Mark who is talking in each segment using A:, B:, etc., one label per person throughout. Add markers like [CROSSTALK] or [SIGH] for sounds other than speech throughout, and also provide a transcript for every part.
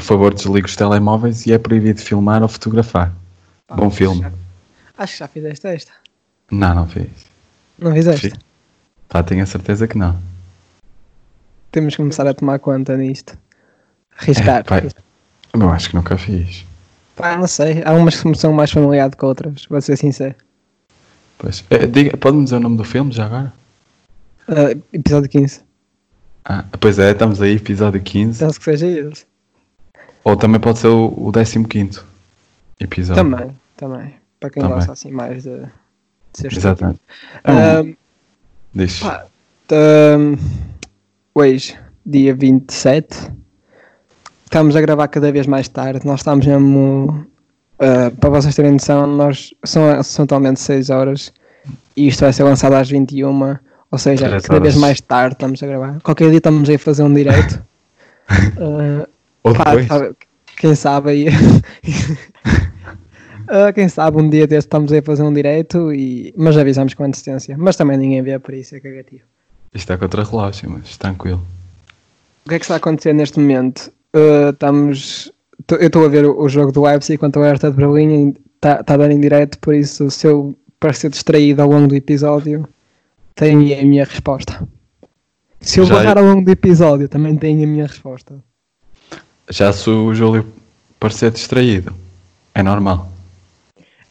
A: favor, desligue os telemóveis e é proibido filmar ou fotografar.
B: Pá,
A: Bom
B: acho
A: filme.
B: que já- acho que já fizeste esta.
A: Não, não fiz.
B: Não fizeste?
A: Fi- Pá, tenho a certeza que não.
B: Temos que começar a tomar conta nisto.
A: É,
B: Arriscar.
A: pá, eu acho que nunca fiz.
B: Pá, não sei. Há umas que me são mais familiares que outras, vou ser sincero.
A: Pois. Eh, diga- Pode-me dizer o nome do filme já agora?
B: Ah, episódio 15.
A: Ah, pois é, estamos aí, episódio 15.
B: Penso que seja esse.
A: Ou também pode ser o, o 15 episódio.
B: Também, também. Para quem
A: Então. Também.
B: gosta assim mais de, de ser
A: Exatamente. É um
B: estúpido. Ah,
A: Diz.
B: pá, Ahm, hoje, dia 27, estamos a gravar cada vez mais tarde. Nós estamos mesmo. ah, para vocês terem noção, nós, são, são atualmente 6 horas e isto vai ser lançado às 21. Ou seja,
A: Três
B: cada vez
A: horas.
B: mais tarde estamos a gravar. Qualquer dia estamos aí a fazer
A: [LAUGHS]
B: um direto. Ah,
A: Ou
B: pá,
A: depois.
B: sabe, quem sabe aí. [LAUGHS] Ah, quem sabe um dia deste estamos aí a fazer um direto, e... mas avisamos com antecedência. Mas também ninguém vê, por isso é cagativo.
A: Isto é contra relógio, mas tranquilo.
B: O que é que está a acontecer neste momento? Uh, estamos. tô- eu estou a ver o, o jogo do Leipzig contra o Hertha de Berlim está tá a dar em direto, por isso, se eu parecer distraído ao longo do episódio, tem a minha resposta. Se eu
A: Já-
B: barrar ao longo do episódio, também tem a minha resposta.
A: Já se o Júlio parecer distraído, é normal.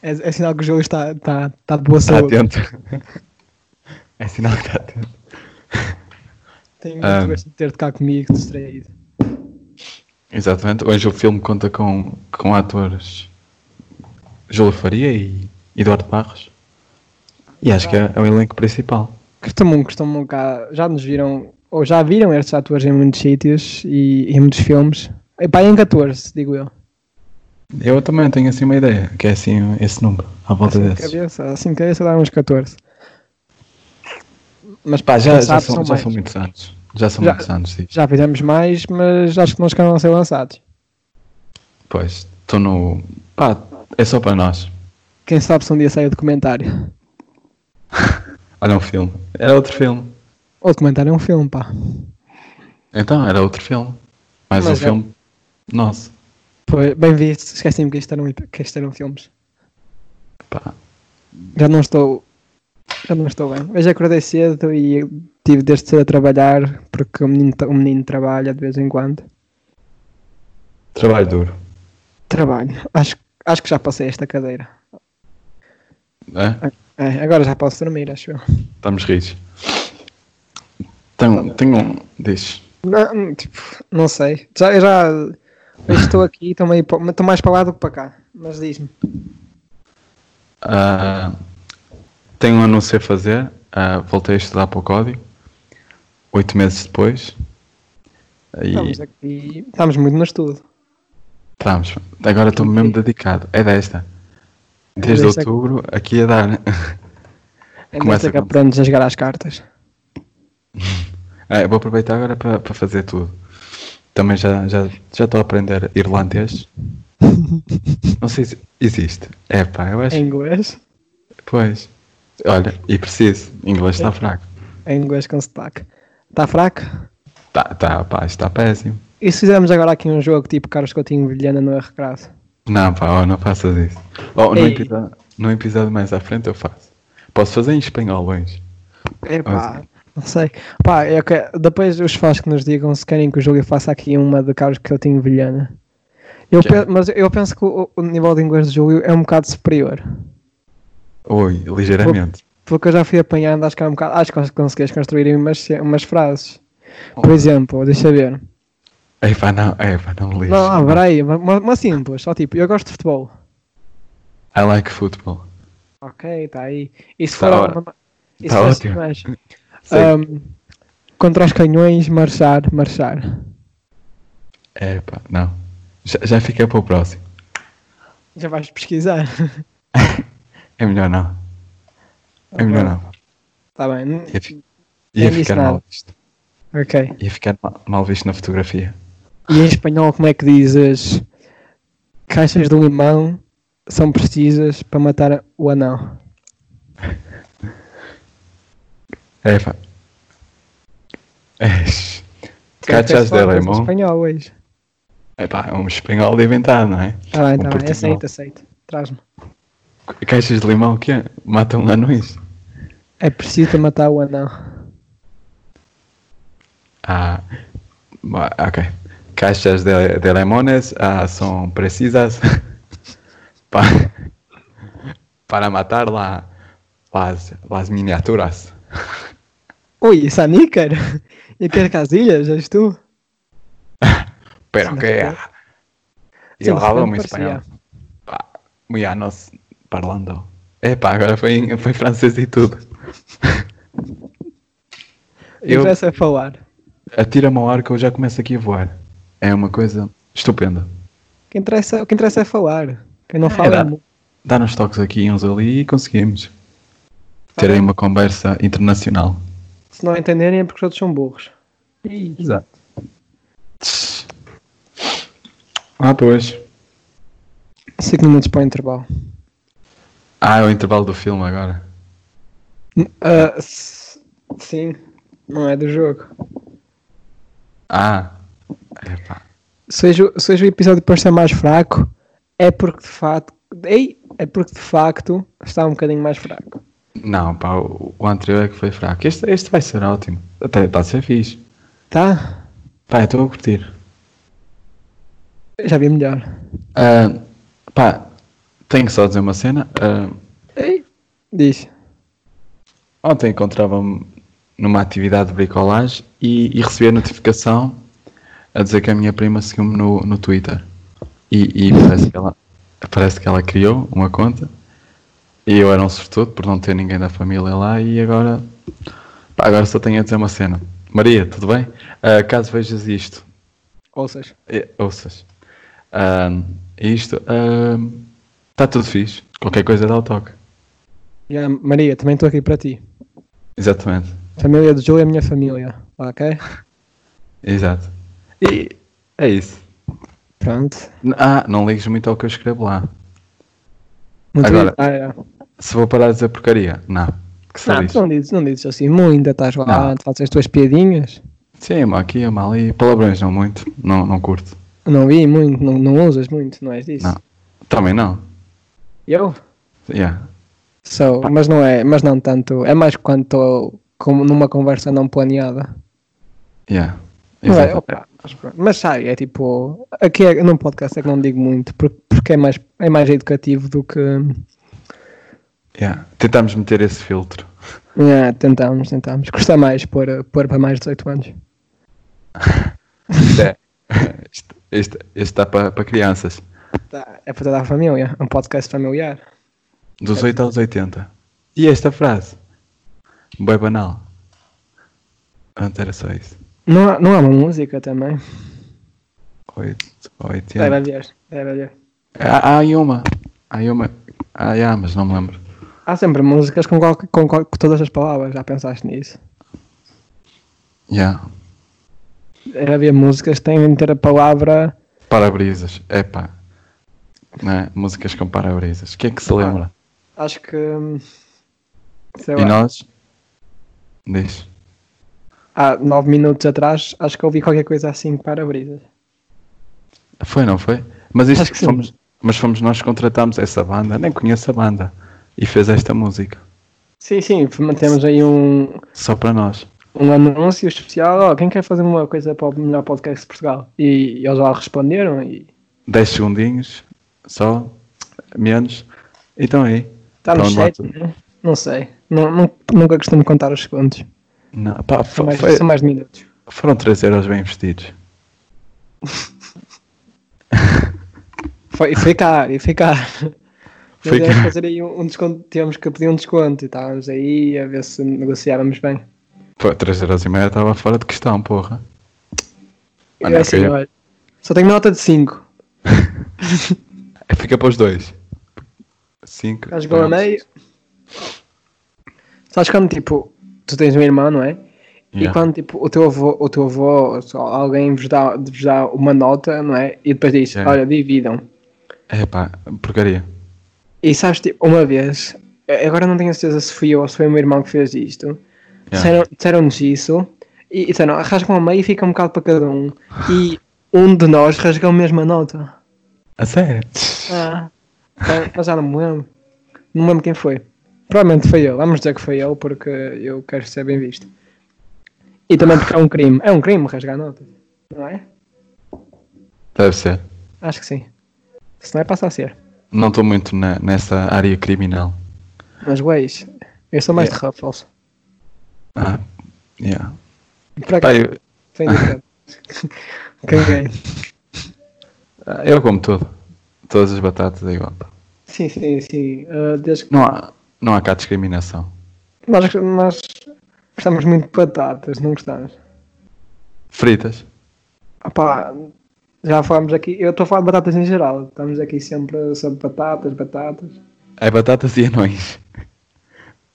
B: É, é sinal que o jogo está, está, está de boa
A: Está
B: saúde.
A: atento. [LAUGHS] É sinal que está atento.
B: Tenho muito
A: Ah.
B: gosto de ter de cá comigo distraído.
A: Exatamente. Hoje o filme conta com, com atores Júlio Faria e Eduardo Barros. E acho que é, é o elenco principal.
B: Costumo, costumo um, cá, já nos viram, ou já viram estes atores em muitos sítios e em muitos filmes. Epá, em 14, digo eu.
A: Eu também tenho assim uma ideia, que é assim esse número, à volta
B: Assim de
A: desses.
B: cabeça, assim de cabeça dá uns 14. Mas
A: Pá, já,
B: quem
A: já,
B: sabe
A: são, já
B: mais.
A: são muitos anos. Já são
B: Já-
A: muitos anos, sim.
B: Já fizemos mais, mas acho que não chegaram a ser lançados.
A: Pois, estou no. Pá, é só para nós.
B: Quem sabe se um dia sai o documentário.
A: Olha um filme. Era outro filme.
B: O documentário é um filme, pá.
A: Então, era outro filme. Mais um
B: Mas é-
A: filme nosso.
B: Foi bem visto, esqueci-me que isto, eram, que isto eram filmes.
A: Pá,
B: Já não estou. Já não estou bem. Hoje acordei cedo e tive desde cedo a trabalhar, porque o menino, ta- o menino trabalha de vez em quando.
A: trabalho duro.
B: Trabalho. Acho, acho que já passei esta cadeira.
A: É?
B: É, agora já posso dormir, acho eu.
A: Estamos ricos. Tá, Tenho, tenho um. Diz.
B: Não, tipo, não sei. Já, eu já hoje estou aqui, estou meio pa- estou mais para lá do que para cá. Mas diz-me.
A: Ah, tenho um anúncio a fazer. Ah, voltei a estudar para o código. Oito meses depois. E
B: Estamos aqui. Estamos muito no estudo.
A: estamos. Agora estou mesmo dedicado. É desta. Desde
B: desta-
A: outubro, aqui a dar. [LAUGHS]
B: É
A: Começa
B: nesta que
A: com-
B: aprendes a jogar as cartas.
A: Ah, eu vou aproveitar agora para para fazer tudo. Também já já já estou a aprender [LAUGHS] irlandês. Não sei se existe. É pá, eu acho.
B: Em inglês.
A: Pois. Olha, e preciso. Inglês
B: É.
A: está fraco.
B: Em inglês com sotaque. Está fraco?
A: Tá, tá, pá, isto está péssimo.
B: E se fizermos agora aqui um jogo tipo Carlos Coutinho Vilhena no Arrecrado?
A: Não, pá, oh, não faças isso. Oh, no,
B: Ei.
A: episódio, no episódio mais à frente eu faço. Posso fazer em espanhol hoje?
B: Epá, não sei. Pá, eu que- depois os fãs que nos digam se querem que o jogo faça aqui uma de Carlos Coutinho Vilhena. Eu
A: Já.
B: pe- Mas eu penso que o, o nível de inglês do Júlio é um bocado superior.
A: Oi, ligeiramente.
B: Porque eu já fui apanhando, acho que era um bocado. Acho que conseguias construir umas, ce- umas frases. Por exemplo, deixa ver.
A: Ei, pá, não, ei, pá, não lixe.
B: Não, um não, peraí, uma, uma- uma simples, só tipo, eu gosto de futebol.
A: I like football.
B: Ok, está aí. E se
A: Tá
B: for
A: ótimo.
B: uma- e se
A: Tá
B: fosse
A: ótimo.
B: assim mais,
A: Sei.
B: ahm, contra os canhões, marchar, marchar.
A: É, pá, não. Já, já fiquei para o próximo.
B: Já vais pesquisar.
A: É melhor não. É melhor não.
B: Está Tá bem.
A: Ia, fi- ia
B: disse
A: ficar
B: nada.
A: mal visto.
B: Ok.
A: Ia ficar ma- mal visto na fotografia.
B: E em espanhol, como é que dizes? Caixas de limão são precisas para matar o anão.
A: É, pá. É.
B: Quero ter
A: Cachas de
B: só coisas em
A: limão
B: espanhol hoje.
A: Epá, é um espanhol de inventado, não é?
B: Tá bem,
A: Um
B: tá bem.
A: portunhol.
B: Aceito, aceito. Traz-me.
A: Caixas de limão, o que é? Matam anões?
B: É preciso matar o anão.
A: Ah, ma- ah, ok. Caixas de, de limones ah, são precisas [LAUGHS] pa, para matar la, las, las miniaturas.
B: Ui, Sanícar? E ter casilhas, és tu?
A: Pero
B: Sim,
A: que é?
B: ok. Sim,
A: eu
B: de
A: falo
B: repente
A: muito
B: parecia.
A: espanhol. Pá, Muito anos falando. Epá, agora foi, em- foi francês e tudo.
B: Eu
A: Eu-
B: começo a é falar.
A: Atira-me ao ar que eu já começo aqui a voar. É uma coisa estupenda.
B: O que interessa, o que interessa é falar. Quem não fala é,
A: dá-
B: mu-
A: Dar uns toques aqui e uns ali e conseguimos. Terei
B: bem.
A: uma conversa internacional.
B: Se não entenderem é porque os outros são burros. Ih,
A: Exato. Ah, pois.
B: 5 minutos para o intervalo.
A: Ah, é o intervalo do filme agora.
B: Ah, s- sim, não é do jogo.
A: Ah. Epá.
B: seja, seja o episódio parecer mais fraco, é porque de facto. Ei, é porque de facto está um bocadinho mais fraco.
A: Não, pá, o o anterior é que foi fraco. Este, este vai ser ótimo. Até está a ser fixe.
B: Tá?
A: Pá, eu estou a curtir.
B: Já vi melhor.
A: Ah, pá, tenho que só dizer uma cena. Ah,
B: Ei, diz.
A: Ontem encontrava-me numa atividade de bricolagem e, e recebi a notificação a dizer que a minha prima seguiu-me no, no Twitter. E, e parece, que ela, parece que ela criou uma conta e eu era um sortudo por não ter ninguém da família lá e agora, pá, agora só tenho a dizer uma cena. Maria, tudo bem? Ah, caso vejas isto,
B: Ouças.
A: eh, ouças ah, isto, está tudo fixe. Qualquer coisa dá o toque.
B: Já, Maria, também estou aqui para ti.
A: Exatamente.
B: Família do Joe é a minha família. Ok?
A: Exato. E é isso.
B: Pronto.
A: N- Ah, não ligues muito ao que eu escrevo lá.
B: Não te
A: Agora-
B: digo- Ah, é.
A: Se vou parar de dizer porcaria, não. Que
B: Não,
A: sabes?
B: tu não dizes, não dizes assim muito, estás lá,
A: Não.
B: fazes as tuas piadinhas.
A: Sim, é uma aqui, uma ali. Palavrões não muito. Não, não curto.
B: Não vi muito, não, não usas muito, não és disso.
A: Não. Também não.
B: Eu?
A: Yeah.
B: Sou, mas não é, mas não tanto. É mais quando estou como numa conversa não planeada.
A: Yeah.
B: Não é?
A: Exato.
B: Opa, mas, pronto. Mas sabe, é tipo, aqui é, num podcast é que não digo muito, por- porque é mais, é mais educativo do que.
A: Yeah. Tentámos meter esse
B: [LAUGHS]
A: filtro.
B: É, tentamos, tentamos. Custa mais pôr, pôr para mais de 18 anos.
A: É. Este, este, este está para para crianças.
B: Tá, É para toda a família, é um podcast familiar. É.
A: Dos 8 aos 80. E esta frase? Bem banal. Antes era só isso.
B: Não há, não há uma música também.
A: 8,
B: Deve
A: 80.
B: haver, deve haver.
A: Ah, Há, há aí uma. Há aí uma. Ah, yeah, mas não me lembro.
B: Há sempre músicas com, qual, com, qual- com todas as palavras, já pensaste nisso?
A: Yeah.
B: Deve haver É, músicas que têm de ter a palavra.
A: Parabrisas. Epá. Não é? Músicas com parabrisas. Quem é que se lembra?
B: Acho que. hum, Sei
A: e
B: lá.
A: nós? Diz.
B: Há nove minutos atrás, acho que ouvi qualquer coisa assim para brisas.
A: Foi, não foi? Mas isto
B: Acho que sim.
A: fomos, mas fomos nós que contratámos essa banda. Nem conheço a banda. E fez esta música.
B: Sim, sim, mantemos aí um,
A: Só para nós.
B: um anúncio especial. ó, quem quer fazer uma coisa para o melhor podcast de Portugal? E, eles lá responderam e
A: 10 segundinhos. Só. Menos. Então aí.
B: está no
A: Então,
B: chat,
A: nota-
B: né? Não sei. Não, não- nunca costumo contar os segundos.
A: Não, pá,
B: São
A: foi,
B: mais, são mais de minutos.
A: foram 3 euros bem investidos.
B: Foi, foi caro, e foi [LAUGHS] caro. Mas
A: Foi
B: íamos
A: caro.
B: fazer aí um um desconto, tínhamos que pedir um desconto e estávamos aí a ver se negociávamos bem.
A: Ah, Pô, 3 euros e meia estava fora de questão, porra.
B: E
A: Olha,
B: eu assim,
A: queria-
B: olha, só tenho nota de 5.
A: É, Fica para os dois. 5.
B: Estás com a meio. Sabes quando tipo, tu tens um irmão, não é? E
A: Yeah.
B: quando tipo, o teu avô, o teu avô ou só alguém vos dá, vos dá uma nota, não é? E depois diz,
A: Yeah.
B: olha, dividam.
A: É pá, porcaria.
B: E sabes, tipo, uma vez, eh, agora não tenho certeza se fui eu ou se foi o meu irmão que fez isto,
A: Yeah.
B: disseram- disseram-nos isso e e disseram, arrascam a meio e fica um bocado para cada um. E um de nós rasgou mesmo a nota.
A: A sério? É.
B: Ah, bem, mas já não me lembro. Não me lembro quem foi. Provavelmente foi eu. Vamos dizer que foi eu porque eu quero ser bem visto. E também porque é um crime. É um crime rasgar notas, não é?
A: Deve ser.
B: Acho que sim. Se não é, passa a ser.
A: Não estou muito na- nessa área criminal.
B: Mas, weis, eu sou
A: É.
B: mais de Ruffles.
A: Ah, yeah.
B: Por
A: Pá,
B: acaso,
A: eu, [LAUGHS]
B: sem dúvida. Caguei.
A: ah, eu como tudo. Todas as batatas é igual.
B: Sim, sim, sim. Ah, desde que
A: Não há, não há cá discriminação.
B: nós, nós gostamos muito de batatas, não gostamos?
A: Fritas.
B: Opá, já falámos aqui, eu estou a falar de batatas em geral, estamos aqui sempre sobre batatas, batatas.
A: É batatas e anões.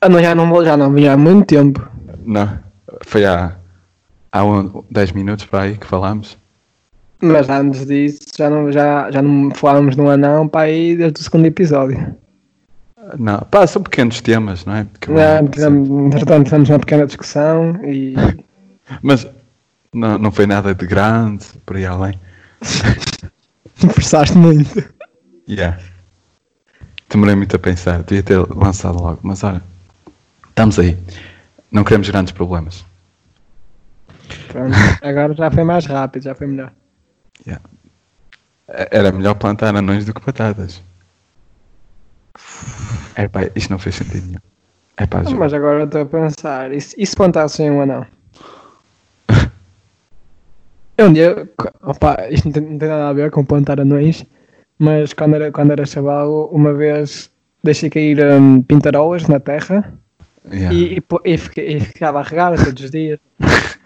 B: Ah, não, já não vou, já não vi há muito tempo.
A: Não. Foi há, há um, 10 minutos para aí que falámos.
B: Mas antes disso, já não, já, já não falámos no anão para aí desde o segundo episódio.
A: Não. Pá, são pequenos temas, não é? Que vão
B: Já,
A: acontecer.
B: tivemos- entretanto, tivemos uma pequena discussão e.
A: Mas não, não foi nada de grande, por aí além.
B: [LAUGHS] Forçaste muito.
A: Yeah. Demorei muito a pensar, devia ter lançado logo, mas olha, estamos aí. Não queremos grandes problemas.
B: Pronto, agora já foi mais rápido, já foi melhor.
A: É- Era melhor plantar anões do que batatas. É pá, isto não fez sentido nenhum. É pá, Ju,
B: Mas agora eu estou a pensar, e se, e se plantassem um anão? [LAUGHS] Eu um dia, opa, isto não tem, não tem nada a ver com plantar anões, mas quando era, quando era chaval, uma vez deixei cair hum, pintarolas na terra
A: yeah.
B: e, e, pô- e fica- e ficava a regar todos os dias. [LAUGHS]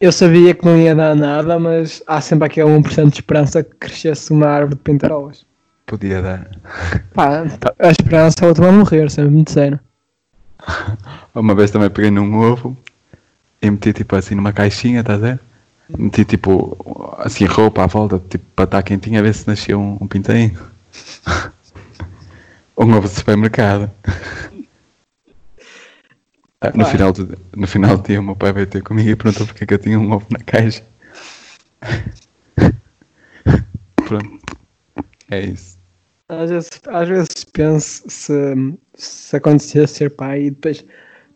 B: Eu sabia que não ia dar nada, mas há sempre aquele 1% de esperança que crescesse uma árvore de pintarolas.
A: podia dar.
B: Pá, a esperança é outra a morrer, sempre me disseram.
A: Uma vez também peguei num ovo e meti tipo assim numa caixinha, estás a ver? Meti tipo assim roupa à volta, tipo para estar quentinho a ver se nascia um, um pintainho. [LAUGHS] um ovo de supermercado. Ah, No
B: Pá.
A: final, do, no final do dia o meu pai veio ter comigo e perguntou porque é que eu tinha um ovo na caixa. [LAUGHS] Pronto. É isso.
B: Às vezes, às vezes penso se, se acontecesse ser pai e depois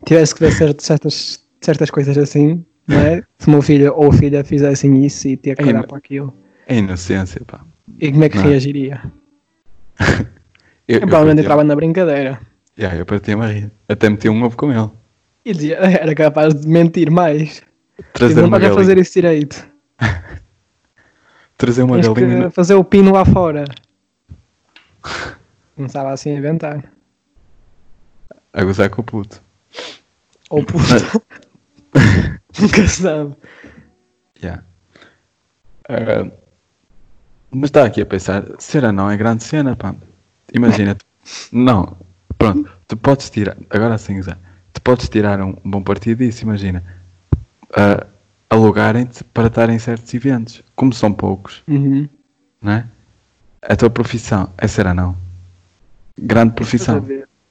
B: tivesse que ver cer- certas, certas coisas assim, não é? Se o meu filho ou filha fizessem isso e ter que
A: Ei,
B: olhar
A: mas-
B: para aquilo,
A: É inocência, pá.
B: e como é que
A: Não é?
B: reagiria?
A: Eu,
B: Eu, provavelmente
A: partia-
B: entrava na brincadeira
A: Yeah, eu partia-me a rir. Até meti um ovo com ele.
B: e dizia, [LAUGHS] era capaz de mentir mais. E
A: Trazer
B: não
A: uma
B: estás a
A: galinha.
B: fazer isso direito.
A: Trazer uma
B: Tens
A: galinha.
B: que fazer o pino lá [LAUGHS] fora. Começava assim a inventar.
A: A gozar com o puto.
B: Ou puta. [LAUGHS] Nunca se sabe.
A: Yeah. Ah, mas está aqui a pensar, cena não é grande cena, pá. Imagina, tu- não, pronto, tu podes tirar, agora sim, Zé, tu podes tirar um, um bom partido disso, imagina. Ah, Alugarem-te para estar em certos eventos, como são poucos,
B: Uhum.
A: não é? A tua profissão é ser anão. Grande profissão.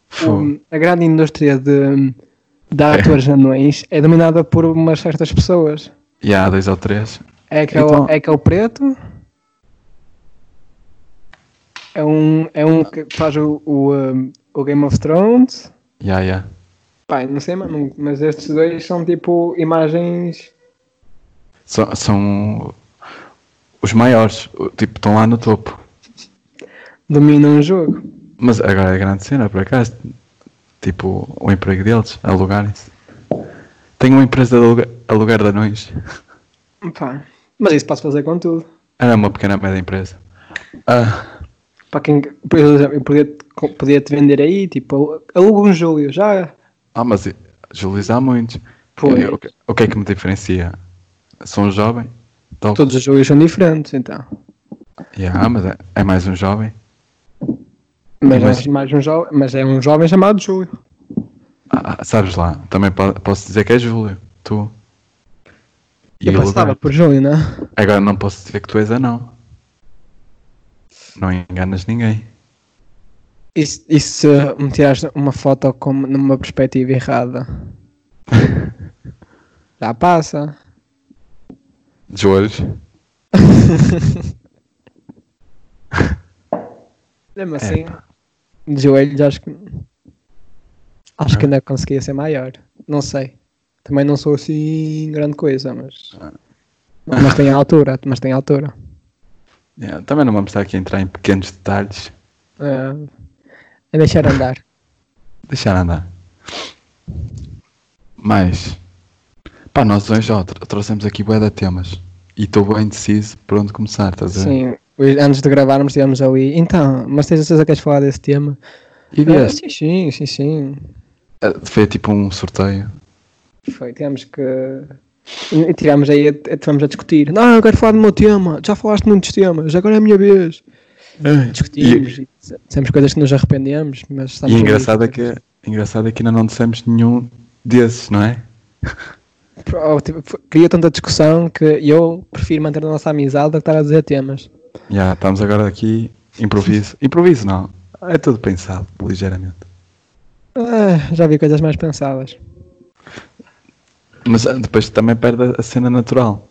A: Fogo.
B: O- Um, a grande indústria de, de atores anões é dominada por umas certas pessoas.
A: E há dois ou três.
B: É que, é o-
A: Então-
B: é, que é o preto. É um, é um que faz o, o, um, o Game of Thrones.
A: E há, e há.
B: Pai, não sei, mas, não- mas estes dois são tipo imagens.
A: São, são os maiores, o- tipo, estão lá no topo.
B: dominam o jogo.
A: Mas agora é grande cena, por acaso. Tipo, o emprego deles, alugarem-se. Tenho uma empresa de aluga- alugar de anões.
B: Pá, mas isso posso fazer com tudo.
A: Era uma pequena média empresa. Ah,
B: Para quem, por exemplo, eu podia, podia te vender aí, tipo, aluga um jogo já.
A: ah, mas e- Julis há muitos.
B: Pois.
A: Eu- O que, o que é que me diferencia? Sou um jovem? Tal-
B: Todos os jogos são diferentes, então.
A: Yeah, mas é, é mais um jovem.
B: Mas,
A: Mas-
B: é mais um jovem, mas é um jovem chamado Júlio.
A: Ah, ah, sabes lá, também po- posso dizer que é Júlio. Tu. E
B: eu
A: alugar.
B: passava por Júlio, não é?
A: Agora não posso dizer que tu és anão. Não enganas [LAUGHS] ninguém.
B: E, se- e se me tirares uma foto com, numa perspectiva errada?
A: [LAUGHS]
B: Já passa.
A: De olhos. É,
B: Mesmo assim, de joelhos acho que acho
A: É.
B: que ainda conseguia ser maior. Não sei. Também não sou assim grande coisa, mas. Mas tem altura, mas tem altura.
A: É, também não vamos estar aqui a entrar em pequenos detalhes.
B: É, é deixar andar.
A: Deixar andar. Mas, pá, nós hoje ó, tr- trouxemos aqui bué de temas. E estou bem indeciso por onde começar, estás a ver?
B: Sim, hoje, antes de gravarmos, tivemos ali. Então, mas tens a certeza que queres falar desse tema?
A: E
B: Ah,
A: vieste,
B: sim, sim, sim, sim.
A: eh, foi tipo um sorteio.
B: Foi, tivemos que. E tivemos aí, estivemos a discutir. Não, eu quero falar do meu tema. Já falaste muitos temas, agora é a minha vez. Discutimos e, dissemos coisas que nos arrependemos, mas
A: E
B: estamos ali.
A: engraçado é, que, engraçado é que ainda não dissemos nenhum desses, não é?
B: Pro- tipo, foi- Criou tanta discussão que eu prefiro manter a nossa amizade do que estar a dizer temas.
A: Já, estamos agora aqui, improviso. Improviso não, é tudo pensado, ligeiramente.
B: Ah, já vi coisas mais pensadas.
A: Mas ah, depois também perde a cena natural.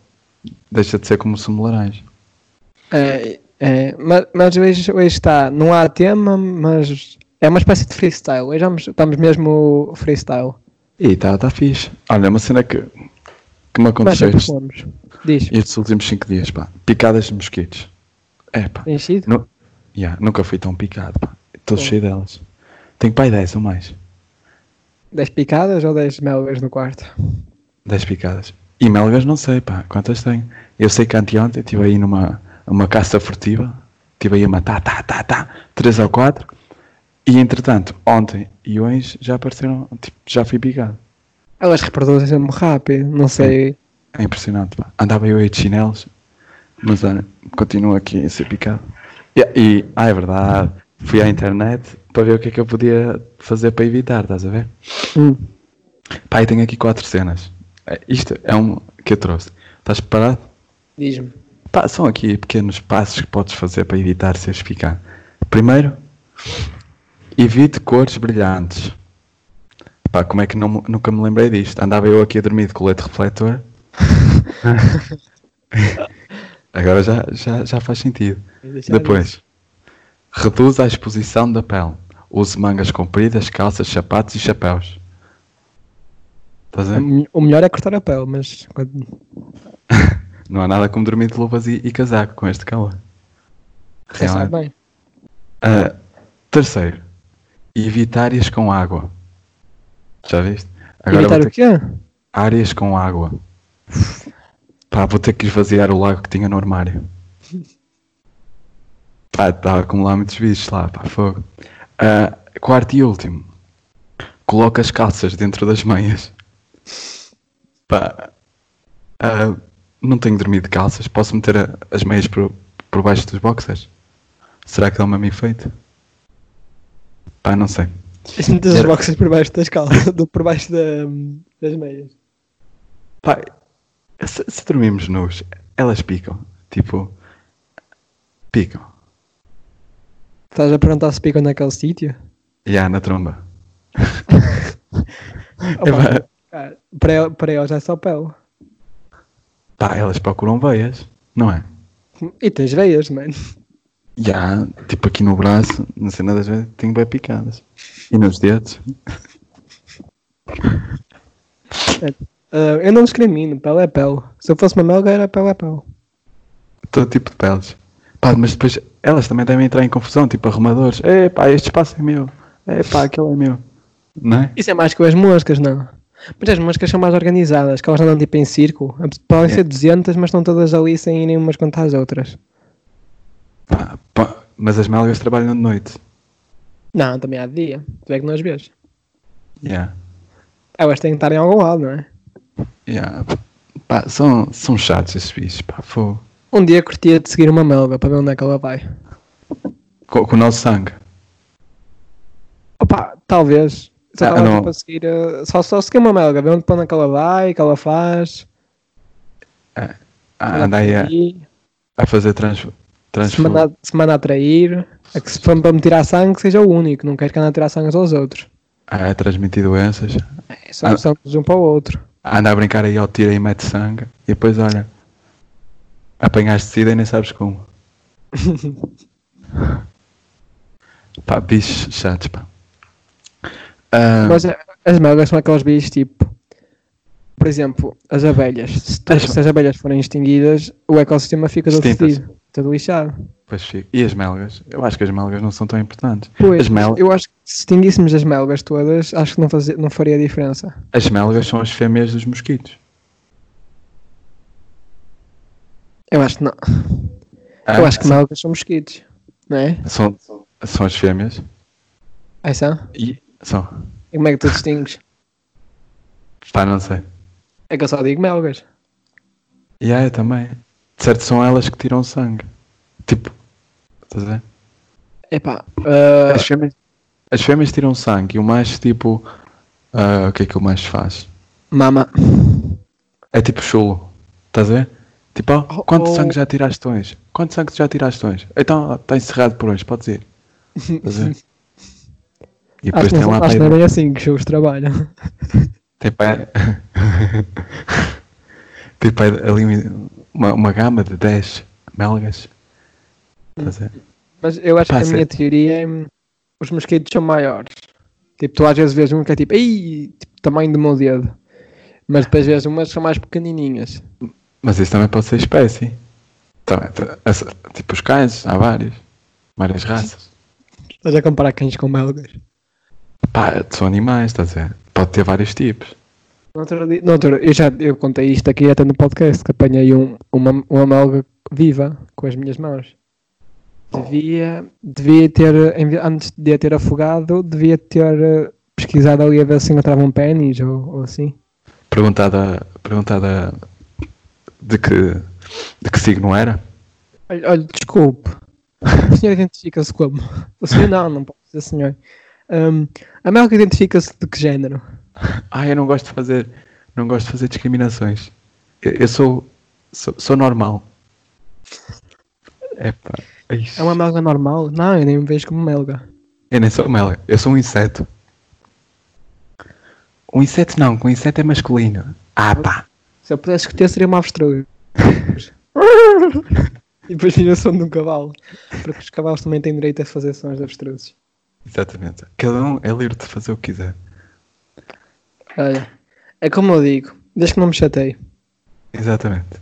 A: Deixa de ser como simularais.
B: É, é, mas mas hoje, hoje está, não há tema, mas é uma espécie de freestyle. Hoje vamos- estamos mesmo freestyle.
A: E está tá fixe. Olha, uma cena que, que me
B: Nós
A: aconteceu
B: sempre
A: estes,
B: fomos. Diz,
A: estes últimos 5 dias, pá. Picadas de mosquitos. É, pá.
B: tem sido?
A: Nu- Ya, nunca fui tão picado, pá. Estou
B: Bom.
A: cheio delas. Tenho pai 10 ou mais.
B: 10 picadas ou 10 melgas no quarto?
A: 10 picadas. E melgas não sei, pá, quantas tenho. Eu sei que anteontem estive aí numa uma caça furtiva, estive aí a matar, tá, tá, tá, 3 ou 4. E entretanto, ontem e hoje já apareceram, tipo, já fui picado.
B: Elas reproduzem-se muito rápido, não sei.
A: É impressionante, pá. Andava eu aí de chinelos, mas olha, continuo aqui a ser picado. E, e ah, é verdade, fui à internet para ver o que é que eu podia fazer para evitar, estás a ver?
B: Hum.
A: Pá, e tenho aqui quatro cenas. É, Isto é um que eu trouxe. Estás preparado?
B: Diz-me.
A: Pá, são aqui pequenos passos que podes fazer para evitar seres picado. Primeiro, evite cores brilhantes. Pá, como é que não- nunca me lembrei disto? Andava eu aqui a dormir de colete refletor. Agora já, já, já faz sentido. Depois, reduza a exposição da pele. Use mangas compridas, calças, sapatos e chapéus. Estás a ver?
B: O me- O melhor é cortar a pele, mas quando-
A: Não há nada como dormir de luvas e, e casaco com este calor.
B: você sabe bem.
A: Ah, terceiro, evite áreas com água. Já viste? Agora
B: Evitar
A: vou ter
B: o quê?
A: áreas com água. Pá, vou ter que esvaziar o lago que tinha no armário. Pá, está a acumular muitos bichos lá, pá, fogo. Ah, quarto e último, coloca as calças dentro das meias. Pá, ah, não tenho dormido de calças, posso meter a- as meias por, por baixo dos boxers? Será que dá o mesmo efeito? Pá, não sei.
B: Isso metes as
A: Era-
B: boxes por baixo das calças, [LAUGHS] do- por baixo da- das meias.
A: Pá, se, se dormirmos nus, elas picam. Tipo, picam.
B: Estás a perguntar se é picam naquele sítio?
A: E há na tromba. É
B: Opa, cara, para, el- para eles é só pele.
A: Pá, elas procuram veias, não é?
B: E tens veias, mano.
A: E há, tipo aqui no braço, na cena das veias, tenho bem picadas. E nos dedos.
B: Ah, eu não discrimino, pele é pele. Se eu fosse uma melga, era pele é pele.
A: Todo tipo de peles. Pá, mas depois elas também devem entrar em confusão, tipo arrumadores. É pá, este espaço é meu. É pá, aquele é meu. Não é?
B: Isso é mais que as moscas, não. Mas as moscas são mais organizadas, que elas andam tipo em círculo. Podem ser 200, mas estão todas ali sem irem umas contra as outras.
A: Pá, pá, mas as melgas trabalham de noite.
B: Não, também há de dia. Tu é que não as vês.
A: Yeah.
B: Elas têm que estar em algum lado, não é?
A: Yeah. Pá, são, são chatos esses bichos, pá, fogo.
B: Um dia curtia de seguir uma melga para ver onde é que ela vai.
A: Com, com o nosso sangue.
B: Opa, talvez. Só
A: Ah,
B: estava
A: não.
B: tipo a seguir. eh, Só, só seguir uma melga, ver onde para onde é que ela vai, o que ela faz. tá
A: Ah, anda aí a,
B: E
A: a fazer trans, trans,
B: se manda, se manda a trair. É que se for para me tirar sangue, seja o único. Não queres que ande a tirar sangue aos outros.
A: a transmitir doenças.
B: É,
A: Ah.
B: só somos um para o outro.
A: Anda a brincar aí ao tiro e mete sangue. E depois olha. Apanhaste sida e nem sabes
B: [LAUGHS]
A: como. pá, bichos chatos, pá. Ah,
B: Mas a- as melgas são aqueles bichos tipo. Por exemplo, as abelhas. Se, tu-
A: As-
B: se as abelhas forem extinguidas, o ecossistema fica todo
A: Extintas.
B: fedido, todo lixado.
A: pois fica. E as melgas? Eu acho que as melgas não são tão importantes.
B: Pois,
A: As, mel
B: eu acho que se extinguíssemos as melgas todas, acho que não, fazia, não faria diferença.
A: as melgas são as fêmeas dos mosquitos.
B: Eu acho que não.
A: Ah,
B: eu acho que melgas são mosquitos, não é?
A: são, são, são as fêmeas.
B: Aí são?
A: E são.
B: E como é que tu distingues?
A: Pá, não sei.
B: É que eu só digo melgas.
A: E ah, eu também. De certo, são elas que tiram sangue. Tipo, estás a ver?
B: Epá, ah,
A: As fêmeas, as fêmeas tiram sangue e o macho, tipo, ah, o que é que o macho faz?
B: mama.
A: É tipo chulo, estás a ver? Tipo, ó,
B: Oh,
A: quanto
B: oh.
A: sangue já tiraste hoje? Quanto sangue já tiraste hoje? Então, está encerrado por hoje, podes ir. Estás a ver? E
B: Acho
A: depois
B: que
A: tem
B: não,
A: lá
B: acho
A: para
B: que não é
A: ir.
B: bem assim que os jogos trabalham. [LAUGHS]
A: Tem para... [LAUGHS] tem para ali uma, uma gama de 10 melgas. Estás a ver?
B: Mas eu acho que a
A: Passa.
B: minha teoria é hum, os mosquitos são maiores. Tipo, tu às vezes vês um que é tipo, ei, tipo, tamanho do meu dedo. Mas depois vês umas que são mais pequenininhas.
A: Mas isso também pode ser espécie. Também, t- essa- tipo os cães, há vários. Várias raças.
B: Estás a comparar cães com belgas?
A: Pá, são animais, estás a ver? Pode ter vários tipos.
B: No outro dia, no outro- eu já eu contei isto aqui até no podcast, que apanhei um, uma, uma melga viva com as minhas mãos. Devia, devia ter, em vez- antes de a ter afogado, devia ter eh, pesquisado ali a ver se encontrava um pênis ou, ou assim.
A: Perguntada, perguntada de que, de que signo era.
B: Olha, olha, desculpe. O senhor identifica-se como? O senhor não, não pode dizer senhor. Ahm, a melga identifica-se de que género?
A: Ah, eu não gosto de fazer, não gosto de fazer discriminações. Eu, eu sou, sou, sou normal. Epá, ixi.
B: É uma melga normal? Não, eu nem me vejo como melga.
A: eu nem sou mela, eu sou um inseto. Um inseto não, que um inseto é masculino. Ah pá.
B: Se eu pudesse escolher, seria uma avestruz. e depois vira o som de um cavalo. Porque os cavalos também têm direito a fazer sons de avestruzes.
A: Exatamente. Cada um é livre de fazer o que quiser.
B: Olha, é como eu digo, desde que não me chatei.
A: Exatamente.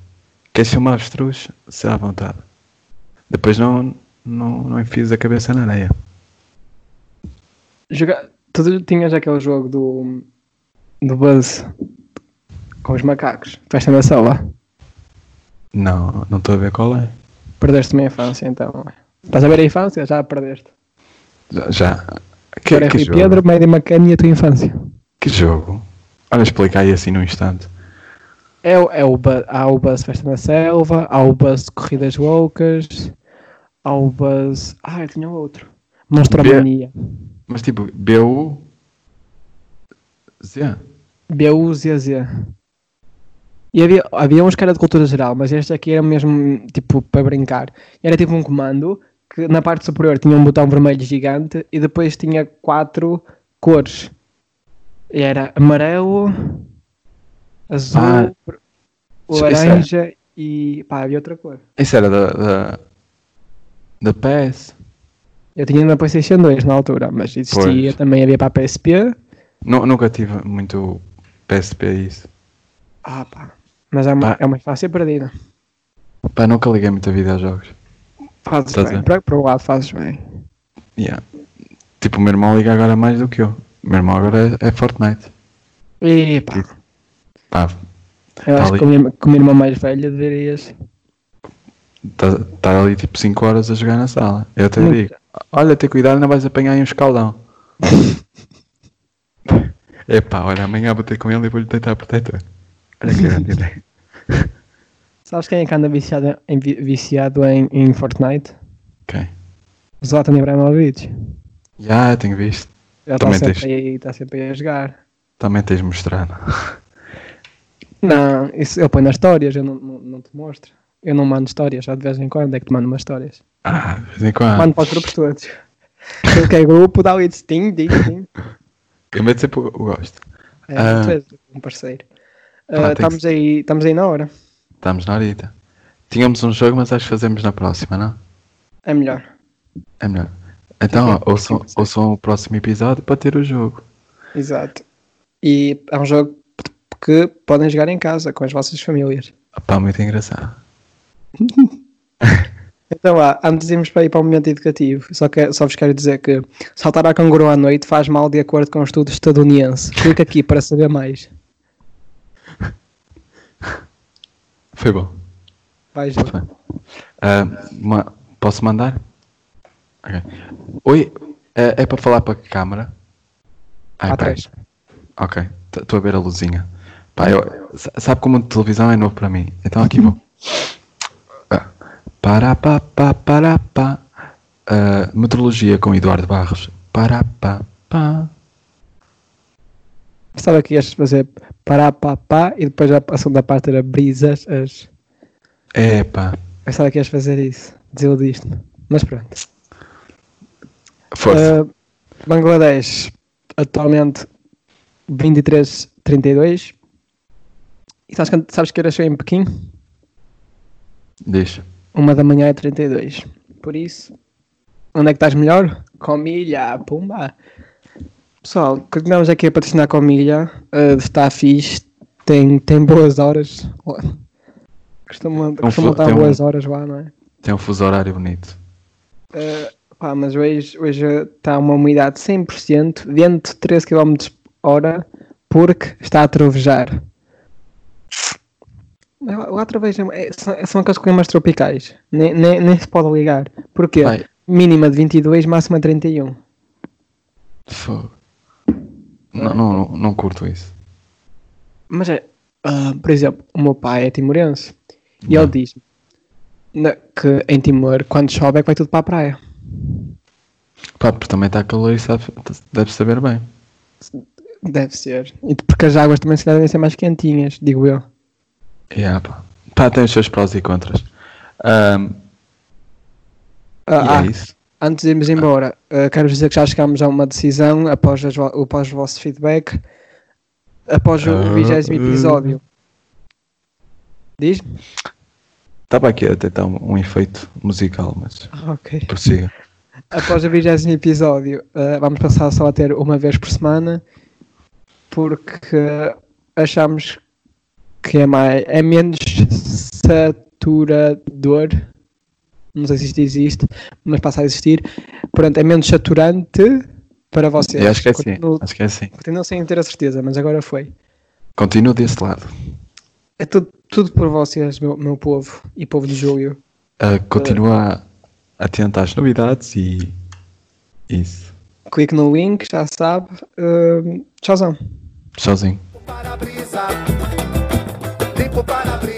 A: Queres ser uma avestruz? Será à vontade. Depois não, não, não enfies a cabeça na areia.
B: Joga... Tu tinhas aquele jogo do, do Buzz com os macacos. Festa na sala.
A: Não, não estou a ver qual é.
B: Perdeste uma infância, então. Estás a ver a infância? Já a perdeste.
A: Já. já. Que,
B: Agora
A: que
B: é Rui
A: jogo?
B: Pedro, Média Macana e a tua infância.
A: Que jogo? Olha, explica aí assim num instante.
B: É, o- é o, bu- há o Buzz Festa na Selva, há o Buzz de Corridas Loucas, há o Buzz. Ah, eu tinha outro. Monstromania.
A: Mas tipo, BU. Z.
B: BUZZ. E havia, havia uns que era de cultura geral, mas este aqui era mesmo tipo para brincar. Era tipo um comando que na parte superior tinha um botão vermelho gigante e depois tinha quatro cores. E era amarelo, azul,
A: Ah, isso é-
B: laranja e pá, havia outra cor.
A: Isso era da. da, da PS.
B: Eu tinha na PlayStation 2 na altura, mas existia
A: Pois.
B: também, havia para a PSP.
A: Nu- nunca tive muito PSP a isso.
B: Ah, pá. Mas é uma,
A: Pá.
B: é uma infância perdida.
A: Pá, nunca liguei muito a videojogos.
B: Fazes
A: Estás
B: bem.
A: a-
B: Para, para o lado fazes bem.
A: Yeah. Tipo, o meu irmão liga agora mais do que eu. O meu irmão agora é, é Fortnite.
B: E pá,
A: Pá,
B: eu acho
A: ali.
B: que com a minha- com a minha irmã mais velha deverias.
A: tá, tá ali tipo 5 horas a jogar na sala. Eu até
B: Muito.
A: digo: Olha, tem cuidado, não vais apanhar aí um [LAUGHS] escaldão. Epá, olha, amanhã vou ter com ele e vou-lhe deitar protetor. Olha que grande ideia.
B: Sabes quem é que anda viciado em, vi- viciado em, em Fortnite?
A: Ok.
B: Zlatan Ibrahimovic.
A: Já, tenho visto.
B: Já está
A: Também
B: sempre,
A: tens.
B: aí- está sempre aí a jogar.
A: Também tens mostrado.
B: Não, isso eu ponho nas histórias, eu não, não, não te mostro. Eu não mando histórias, só de vez em quando é que te mando umas histórias.
A: Ah, de vez em quando.
B: Mando para os grupos todos. Tudo que é grupo, dá o it's ting, ding, ding.
A: Eu meto sempre o o gosto.
B: É,
A: Ah.
B: tu és um parceiro.
A: Ah,
B: Ah,
A: tem que-
B: estamos, aí, estamos aí na hora.
A: Estamos na horita. Tínhamos um jogo, mas acho que fazemos na próxima, não?
B: É melhor.
A: É melhor. Então,
B: Tipo,
A: ó, ouçam, ouçam o próximo episódio para ter o jogo.
B: Exato. E é um jogo que podem jogar em casa com as vossas famílias.
A: Pá, muito engraçado.
B: Então lá, antes de irmos para ir para o momento educativo, só, que, só vos quero dizer que saltar a canguru à noite faz mal de acordo com o estudo estadunidense. Clica aqui para saber mais.
A: Foi bom.
B: Vai, Gil.
A: Muito bem. Ah, ma- posso mandar? Ok. Oi, é, é para falar para que câmara? Ai,
B: Há
A: peraí.
B: três.
A: Ok, estou a ver a luzinha. Pá, eu- sa- sabe como de televisão é novo para mim? Então aqui vou. Ah, Pará, pá, pá, pará, pá. Ah, metrologia com Eduardo Barros. Pará, pá, pá.
B: Pensava que ias fazer pará, pá, pá, e depois a, a segunda parte era brisas. As...
A: É, pá.
B: Pensava que ias fazer isso. Desiludiste-me. Mas pronto.
A: Força.
B: Uh, Bangladesh, atualmente 23-32. E sabes, quando- sabes que horas são em Pequim?
A: Deixa.
B: Uma da manhã é 32. Por isso, onde é que estás melhor? Comilha, pumba! Pessoal, continuamos aqui a patrocinar Comilha. Uh, está fixe, tem, tem boas horas. Costumam, costumam
A: fla-
B: estar
A: tem um-
B: boas horas lá, não é?
A: Tem um fuso horário bonito.
B: Uh, pá, mas hoje hoje está uma umidade de 100%, vento de 13 km hora, porque está a trovejar. Lá lá troveja, é, são, são aqueles climas tropicais, nem, nem, nem se pode ligar. Porquê?
A: Vai.
B: Mínima de um. 22, máxima 31.
A: Fogo. Não, não, não curto isso.
B: Mas é, ah, por exemplo, o meu pai é timorense e
A: Não.
B: ele diz que em Timor, quando chove, é que vai tudo para a praia.
A: Pá, porque também está calor e sabe, deve saber bem.
B: Deve ser. E porque as águas também se calhar, devem ser mais quentinhas, digo eu.
A: Yeah, pá. pá, tem os seus prós e contras. Ahm, e
B: Ah, ah,
A: é isso.
B: Antes de irmos embora, eh, quero dizer que já chegámos a uma decisão após, as, vo- após o vosso feedback, após
A: Ah,
B: o vigésimo
A: eh.
B: episódio. Diz?
A: Estava aqui a tentar um, um efeito musical, mas
B: Ah, Ok.
A: prossiga.
B: Após o vigésimo episódio, eh, vamos passar só a ter uma vez por semana, porque achamos que é, mais, é menos saturador. Não sei se isto existe, mas passa a existir. Portanto, é menos saturante para vocês.
A: Eu acho que é assim.
B: Continuo-
A: Acho que é assim.
B: Continuo sem ter a certeza, mas agora foi.
A: Continuo desse lado.
B: É tudo, tudo por vocês, meu, meu povo e povo de Júlio.
A: Ah, continua atento às novidades e. Isso.
B: Clique no link, já sabe. Hum, tchauzão.
A: Sozinho.
C: para-brisa, limpo para-brisa.